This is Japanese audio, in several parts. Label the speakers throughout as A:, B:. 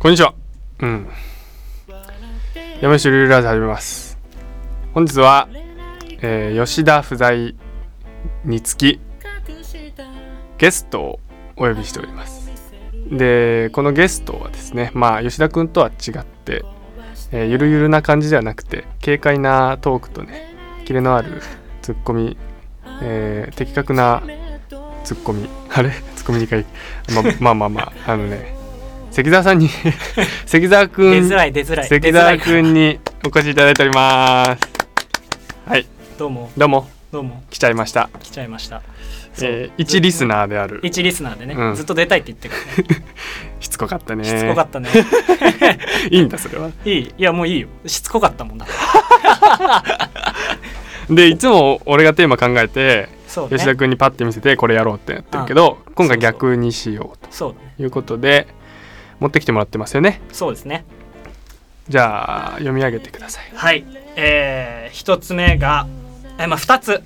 A: こんにちは。うん。山下ルーラーズ始めます。本日は、えー吉田不在につきゲストをお呼びしております。で、このゲストはですね、まあ吉田くんとは違って、えーゆるゆるな感じではなくて、軽快なトークとね、キレのあるツッコミ、えー的確なツッコミ、あれツッコミ2回、まあまあまあまあ、あのね、関澤さんに関澤く
B: 出
A: ん
B: づらい出づらい出
A: 関
B: づら
A: 澤
B: い
A: くんにお越しいただいております。はい、
B: どうも
A: どうも、
B: どうも
A: 来ちゃいました。
B: 来ちゃいましたそう
A: えー、一リスナーである。
B: 一リスナーでね、
A: うん
B: ずっと出たいって言ってるからね
A: しつこかったね。
B: しつこか ったね
A: いいんだ、それは。
B: いいいやもういいよしつこかったもんだ
A: で、いつも俺がテーマ考えて、
B: そうね
A: 吉田くんにパッて見せて、これやろうってやってるけど、今回逆にしよう
B: そうね
A: ということで、持ってきてもらってますよね。
B: そうですね
A: じゃあ、読み上げてください。
B: はいえー、一つ目が、えーまあ、二つ、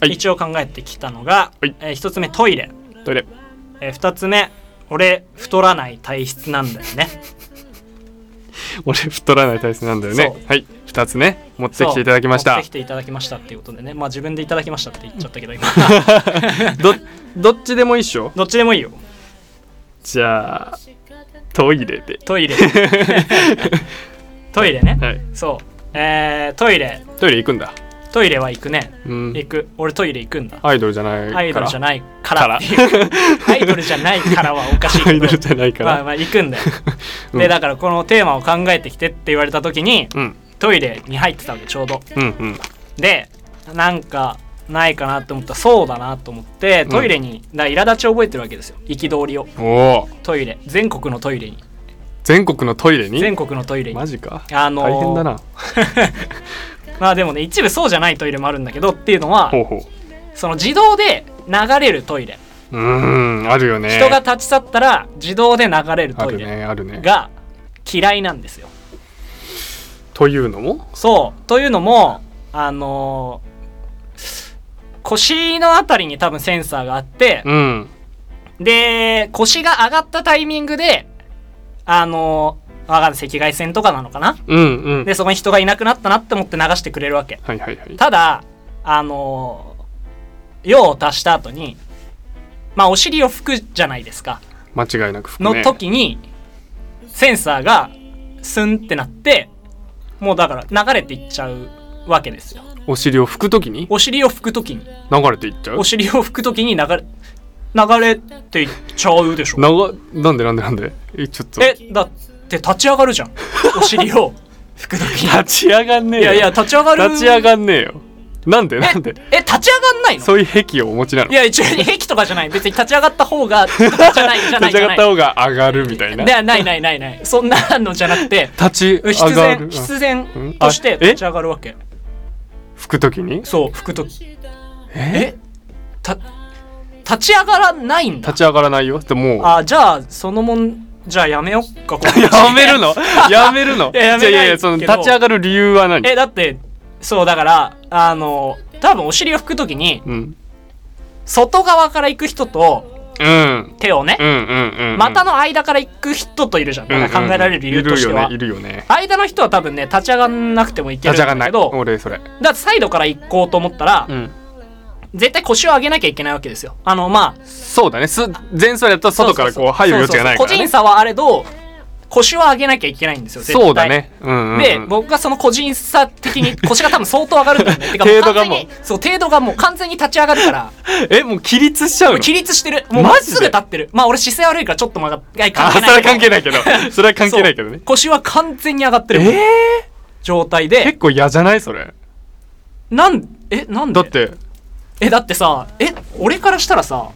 A: はい
B: 一応考えてきたのが、
A: はい
B: えー一つ目トイレ、
A: トイレ。
B: えー、二つ目俺太らない体質なんだよね
A: 俺、太らない体質なんだよね
B: そ。
A: はい、二つね、持ってきていただきまし
B: そう
A: た
B: 持ってき。ていただきましたっていうことでねまあ自分でいただきましたって言っちゃったけ ど今
A: ど、どっちでもいいっしょ
B: どっちでもいいよ
A: じゃあ、トイレで。
B: トイレトイレね、
A: はい。
B: そうえー、トイレ
A: トイレ行くんだ。
B: トイレは行くね
A: うん。
B: 行く俺トイレ行くんだ
A: アイドルじゃないから。
B: アイドルじゃ
A: い
B: ないからっていう アイドルじゃないからはおかしい
A: ア
B: け
A: イドル
B: ど
A: じゃないか
B: まあ
A: ら。
B: まあ行くんだよ、
A: うん
B: でだからこのテーマを考えてきてって言われた時に
A: うん。
B: トイレに入ってたわけちょうど
A: うんうん。
B: でなんかないかなと思ったらそうだなと思ってトイレに、だから苛立ちを覚えてるわけですよ憤りを
A: おお。
B: トイレ全国のトイレに
A: 全国のトイレに
B: 全国のトイレに
A: マジか。
B: あのー
A: 大変だな。
B: まあでもね一部そうじゃないトイレもあるんだけどっていうのは
A: ほうほう。
B: その自動で流れるトイレ、
A: うーん、あるよね。
B: 人が立ち去ったら自動で流れる
A: あ
B: トイ
A: る
B: レ
A: ね、あるね。
B: が嫌いなんですよ。
A: というのも
B: そうというのもあのー腰のあたりに多分センサーがあって
A: うん。
B: で腰が上がったタイミングであのーわかんない赤外線とかなのかな
A: うんうん。
B: でそこに人がいなくなったなって思って流してくれるわけ。
A: はいはいはい。
B: ただあのー用を足した後にまあお尻を拭くじゃないですか
A: 間違いなく含
B: の
A: め。
B: 時にセンサーがスンってなってもうだから流れていっちゃうわけですよ
A: お尻を拭く時に
B: お尻を拭く時に
A: 流れていっちゃう
B: お尻を拭く時に流れ流れていっちゃうでしょ
A: 長なんでなんでなんでえ、ちょっと。
B: えだって立ち上がるじゃんお尻を拭く時に
A: 立ち上がんねえ
B: い
A: よ。
B: やいや立ち上がる
A: 立ち上がんねえよ。なんでなんで
B: ええ立ち上がんないの
A: そういう癖をお持ちなの
B: いや、一応、壁とかじゃない。別に立ち上がった方が、とかじゃない、じゃな
A: 立ち
B: い、じ
A: 上
B: ゃな
A: が
B: い。
A: った方が上がるみたいな。
B: でないないないない。そんなのじゃなくて、
A: 立ち
B: 必
A: 上がる
B: 然、。必然
A: ん
B: とし
A: あ
B: て
A: え
B: 立ち上がるわけ。
A: 拭くときに
B: そう、服とき。
A: え
B: た、立ち上がらないんだ
A: 立。ち上がらないよでもう
B: あ、じゃあ、そのもん、じゃあやめよっ か、これ
A: やめ るのやめるの
B: いややめ
A: じゃ
B: ない
A: あいやいやその
B: けど
A: 立ち上がる理由は何
B: え、だって、そう、だから、あの、多分お尻を拭くときに、
A: うん
B: 外側から行く人と、
A: うん
B: 手をね
A: うんう、んうんうん
B: 股の間から行く人といるじゃん。
A: うんうんう
B: だ
A: ん
B: から考えられる理由としては。
A: いるよねいるよね
B: 間の人は多分ね、立ち上がんなくてもいける
A: 立
B: ん
A: ち上がん
B: だ
A: ない
B: けど、
A: 俺それ
B: だってサイドから行こうと思ったら、
A: うん
B: 絶対腰を上げなきゃいけないわけですよ。あの、まあ、
A: そうだねす前座だと外からこう入る余地がないから
B: そうそうそう個人
A: ね
B: 差はあれど、腰を上げなきゃいけないんですよ、絶対。
A: そうだ。ねうんうん
B: で、
A: うん
B: 僕がその個人差 的に腰が多分相当上がるんだよね。てかう
A: 程度が
B: 完全にそう、程度がもう完全に立ち上がるから、
A: えもう起立しちゃうの
B: 起立してる。もう
A: マジ
B: ま
A: で
B: っすぐ立ってる。まあ俺姿勢悪いからちょっと曲がっいや
A: あそ
B: 関係
A: れ
B: ない
A: は関係ないけどそれは関係ないけど
B: そ
A: ね
B: う腰は完全に上がってる、
A: え
B: 状態
A: ー結
B: で、
A: 構嫌じゃないそれ
B: なん、え、なんで
A: だって
B: え、だってさ、え、俺からしたらさ、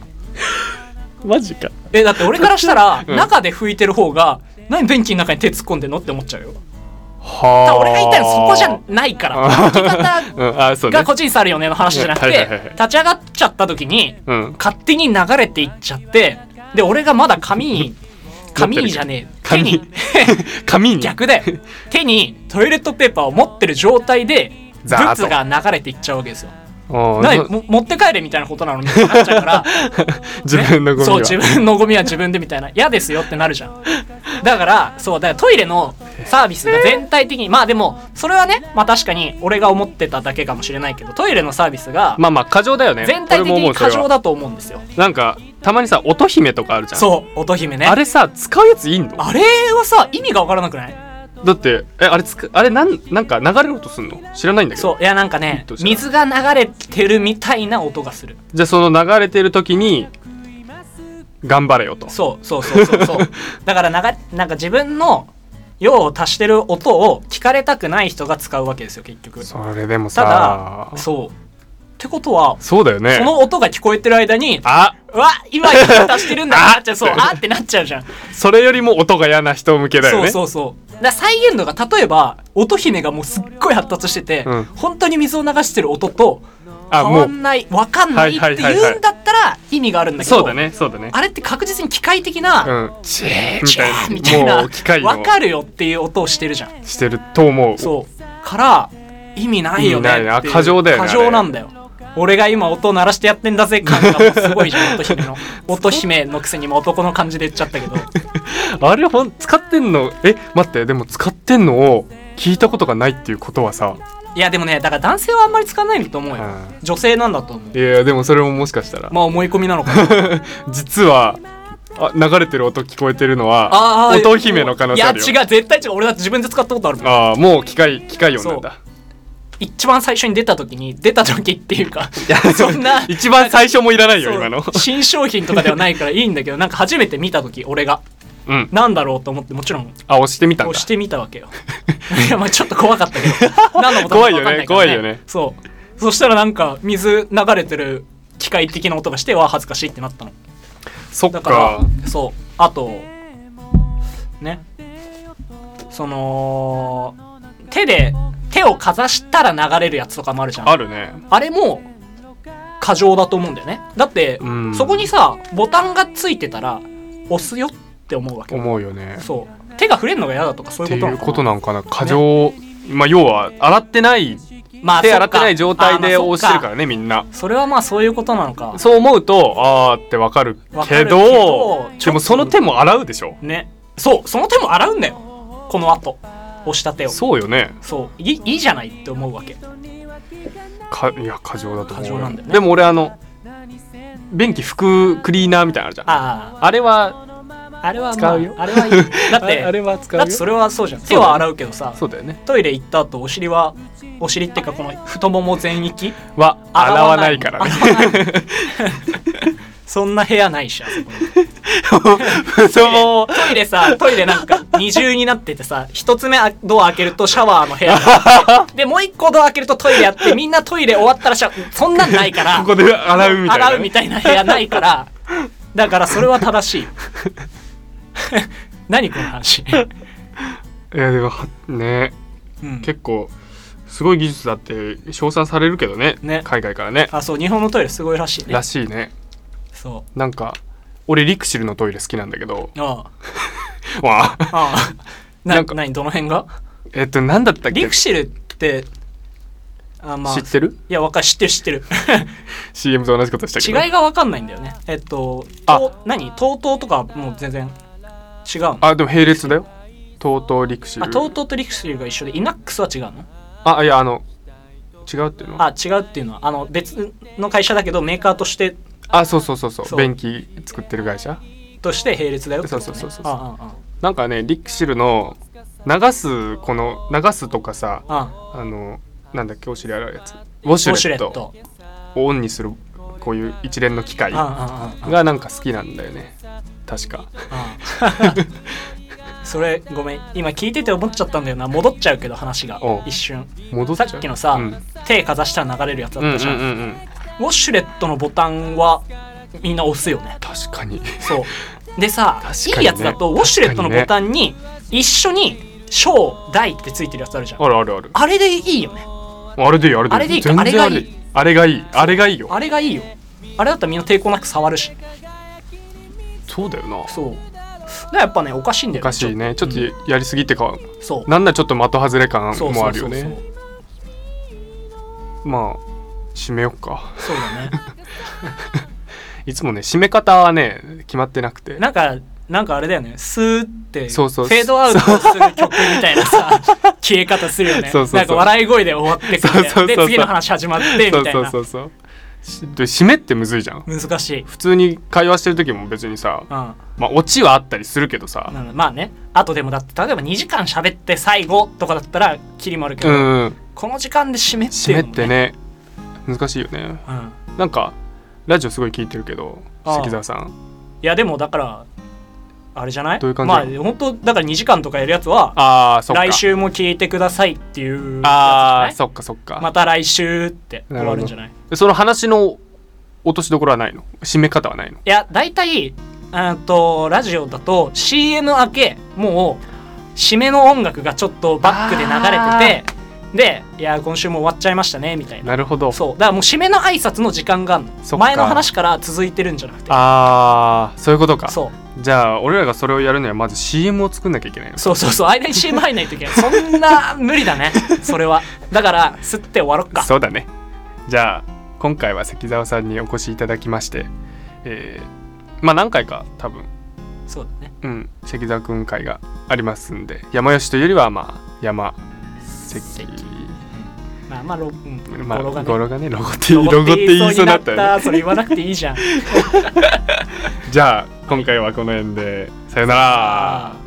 A: マジか
B: えだって俺からしたら
A: うん
B: 中で拭いてる方が何ベンチの中に手突っ込んでんのって思っちゃうよ
A: は
B: た
A: あ
B: だ俺が言いたいのはそこじゃないから
A: あー
B: 拭き方
A: うんあ そうね
B: が個人差あるよねの話じゃなく
A: はいはい
B: て
A: はいはい
B: 立ち上がっちゃった時に
A: うん
B: 勝手に流れていっちゃってで俺がまだ髪に髪にじゃねえ手
A: 髪
B: に
A: 髪に
B: 逆だよ手にトイレットペーパーを持ってる状態で
A: ザーッ
B: 物
A: と
B: が流れていっちゃうわけですよ。
A: おー
B: なに
A: そ
B: も持って帰れみたいなことなのになっちゃ うから
A: 自分のゴミ
B: そう
A: は
B: 自分のゴミは自分でみたいな嫌ですよってなるじゃんだからそうだからトイレのサービスが全体的にまあでもそれはねまあ確かに俺が思ってただけかもしれないけどトイレのサービスが
A: まあまあ過剰だよね
B: 全体
A: 俺
B: 的
A: も思
B: に
A: うそれ
B: 過
A: は
B: 剰だと思うんですよ
A: なんかたまにさ乙姫とかあるじゃん
B: そう乙姫ね
A: あれさ使うやついんの
B: あれはさ意味がわからなくない
A: だってえあれつくあれなんなんか流れる音すんの知らないんだけど
B: そういやなんかね
A: どうした
B: 水が流れてるみたいな音がする
A: じゃあその流れてる時に頑張れよと
B: そうそうそうそ うそうだからながなんか自分の用を足してる音を聞かれたくない人が使うわけですよ結局
A: それでも
B: た
A: さ
B: だそうってことは
A: そうだよね
B: その音が聞こえてる間に
A: あ
B: うわ今用を足してるんだ
A: あ
B: ってなっちゃうそうあーってなっちゃうじゃん
A: それよりも音が嫌な人向けだよね
B: そうそうそうだから再現度が例えば音姫がもうすっごい発達してて、
A: うん
B: 本当に水を流してる音と変
A: あ
B: わ
A: も
B: ん
A: う
B: ないわかんないっ
A: は
B: て
A: いはいはいはい
B: 言うんだったら意味があるんだけど
A: そうだねそうだね
B: あれって確実に機械的
A: う
B: な、
A: んチェ
B: チャーみ
A: み
B: た
A: た
B: い
A: いな
B: な
A: もう機械
B: わ
A: の
B: かるよっていう音をしてるじゃん
A: してると思う
B: そうから意味ないよねってい
A: 意味
B: う
A: ないね過剰だよね
B: 過剰なんだよ俺が今音鳴らしてやってんだぜ感がもうすごいじゃん音 姫の音姫のくせに今男の感じで言っちゃったけど
A: あれほん使ってんのえ待ってでも使ってんのを聞いたことがないっていうことはさ、
B: いやでもねだから男性はあんまり使わないと思う
A: う
B: よ
A: ん
B: 女性なんだと思う
A: いやでもそれももしかしたら
B: まあ思い込みな のかな
A: 実はあ流れてる音聞こえてるのは
B: あー
A: 音姫の可能性あるよ
B: いや違う絶対違う俺だって自分で使ったことあるもん
A: あーもう機械機械音なんだ
B: 一番最初に出た時に出た時っていうか そんな
A: 一番最初も いらないよ
B: そう
A: 今の
B: 新商品とかではないからいいんだけどなんか初めて見た時俺が
A: うん
B: なんだろうと思ってもちろん
A: あ押してみたんだ
B: 押してみたわけよ いやまあちょっと怖かったけ ど何のことか分かんないから、ね、
A: 怖いよね怖いよね
B: そうそしたらなんか水流れてる機械的な音がしてわあ恥ずかしいってなったの
A: そっ
B: だ
A: か
B: からそうあとねその手で手をかざしたら流れるやつとかもあるじゃん
A: あるね
B: あれも過剰だと思うんだよねだって、
A: うん
B: そこにさボタンがついてたら押すよって思うわけ
A: 思うよね
B: そう手が触れるのが嫌だとかそ
A: っ
B: う
A: て
B: いう
A: いう
B: こ
A: ことと
B: なのか
A: な
B: な
A: んかな過剰、まあ要は洗ってない
B: まあ
A: 手
B: そっ
A: 洗って
B: か
A: ない状態で
B: あーまあ
A: 押してるか
B: そっ
A: らねみんな
B: それはまあそういうことなのか
A: そう思うとあーってわかる
B: わか
A: け
B: るけど
A: ど
B: ちょっと
A: でもその手も洗うでしょ
B: ねそうその手も洗うんだよこの後押した手を
A: そうよね
B: そういいいいじゃないって思うわけ
A: かいや過剰だと思う
B: 過剰なんだよね
A: でも俺あの便器拭くクリーナーみたいなのあるじゃんあ
B: あ
A: れは
B: ああれは、まあ、
A: 使うよ
B: あ れはいいだっ
A: ああ
B: て
A: れは使う
B: だ
A: よ
B: ってそれはそうじゃん手
A: そうだよ
B: は洗うけどさ
A: そうだよね
B: トイレ行った後お尻はお尻っていうかこの太もも全域
A: は洗わないからね
B: 洗 わないそんな部屋ないしあそこに
A: そう
B: トイレ さトイレなんか二重になっててさ一つ目あドア開けるとシャワー の部屋があってでもう一個ドア開けるとトイレやってみんなトイレ終わったらシャワーそんなんないから
A: ここで洗うみたいな
B: 洗うみたいな部屋ないからだからそれは正しい 何この話、
A: いやでもはね
B: うん
A: 結構すごい技術だって称賛されるけどね
B: ね
A: 海外からね
B: あそう日本のトイレすごいらしいね
A: らしいね
B: そ
A: なんか俺リクシルのトイレ好きなんだけど
B: うあ
A: わあ
B: ああ あな
A: なんか
B: 何どの辺が
A: えっと何だったっけ
B: リクシルってあまあ
A: 知ってる
B: いやわかる知ってる知ってる
A: CM と同じことしたけど
B: 違いがわかんないんだよねえっと
A: あ
B: と何 TOTO とかもう全然違うのあ
A: あでも並列だよ TOTO リクシル
B: TOTO とリクシルが一緒でイナックスは違うの
A: あいやあの違うっていうの
B: あ違うっていうのはあの別の会社だけどメーカーとして
A: あそうそうそうそう
B: そう
A: 便器作ってる会社
B: として並列だよってことね
A: そうそうそうそう
B: ああああ
A: なんかねリクシルの流すこの流すとかさ
B: あ
A: あのなんだっけお尻洗うやつウォシ
B: ウォシ
A: ュ
B: ュレ
A: レッ
B: ッ
A: ト
B: ト。
A: をオンにするこういう一連の機械
B: あああああ
A: がなんか好きなんだよね確か
B: あ ああそれごめん今聞いてて思っちゃったんだよな戻っちゃうけど話が
A: おう
B: 一瞬
A: 戻っち
B: さ
A: ゃう
B: っきのさ、
A: うん、
B: 手かざしたら流れるやつだ
A: うんう
B: っ
A: んう
B: たじゃん,、
A: んうん
B: ウォシュレットのボタンはみんな押すよね
A: 確かに
B: そうでさ、
A: 確かにね
B: いいやつだとウォシュレットのボタンに一緒に小大ってついてるやつあるじゃん
A: あるあるある
B: あれでいいよね
A: あれでいいあれでいい
B: あれでいいか
A: 全然
B: あれがいい
A: あれがいいあれがいいよ
B: あれがいいよあれだったらみんな抵抗なく触るし
A: そうだよな
B: そうだからやっぱねおかしいん
A: お
B: だよね
A: かしいねちょっとやりすぎってか
B: そう
A: なんならちょっと的外れ感
B: そう
A: も
B: そ
A: あ
B: う
A: る
B: そ
A: よ
B: うそう
A: ねまあ締めようか
B: そうだね
A: いつもね締め方はね決まってなくて
B: なんかなんかあれだよねスーって
A: そうそう
B: フェードアウトする曲みたい なさ消え方するよね
A: そうそうそう
B: なんか笑い声で終わって
A: そ
B: く
A: うそうそうそう
B: るで次の話始まってみた
A: そ
B: いうな
A: そうそうそうしで締めってむずいじゃん
B: 難しい、
A: 普通に会話してる時も別にさ
B: うん、な
A: まあオチはあったりするけどさ
B: のまあねあとでもだって例えば2時間喋って最後とかだったらキリもあるけ
A: う
B: ど、
A: んうん
B: この時間で締めって
A: 締
B: い
A: めっ
B: うのも
A: てね難しいよね
B: うん、
A: なんかラジオすごい聞いてるけど
B: ああ
A: 関澤さん
B: いやでもだからあれじゃない
A: どういう感じ
B: まあ本当だから2時間とかやるやつは
A: ああそっか
B: 来週も聞いてくださいっていうやつじゃ
A: あ
B: な
A: あ
B: い
A: そっかそっか、
B: また来週って終わるんじゃない
A: その話の落としどころはないの締め方はないの
B: いや大体あーとラジオだと CM 明けもう締めの音楽がちょっとバックで流れててで「いや今週も終わっちゃいましたね」みたいな
A: なるほど
B: そうだからもう締めの挨拶の時間がある
A: そ
B: の
A: っか
B: 前の話から続いてるんじゃなくて
A: ああそういうことか
B: そう
A: じゃあ俺らがそれをやるにはまず CM を作んなきゃいけないの
B: そうそうそう間に CM 入んないとい けないそんな無理だねそれはだからすって終わろっか
A: そうだねじゃあ今回は関澤さんにお越しいただきまして、えーまあ何回か多分、
B: そうだね
A: うん、関澤くん会がありますんで山吉というよりはまあ山関
B: 関まあまあロ,、うん、
A: まあ
B: ロ
A: ロ
B: ゴが
A: ゴ
B: ね
A: がねロゴってロゴって言いそうになったよね
B: それ言わなくていいじゃん
A: じゃあ今回はこの辺で、さよなら
B: あー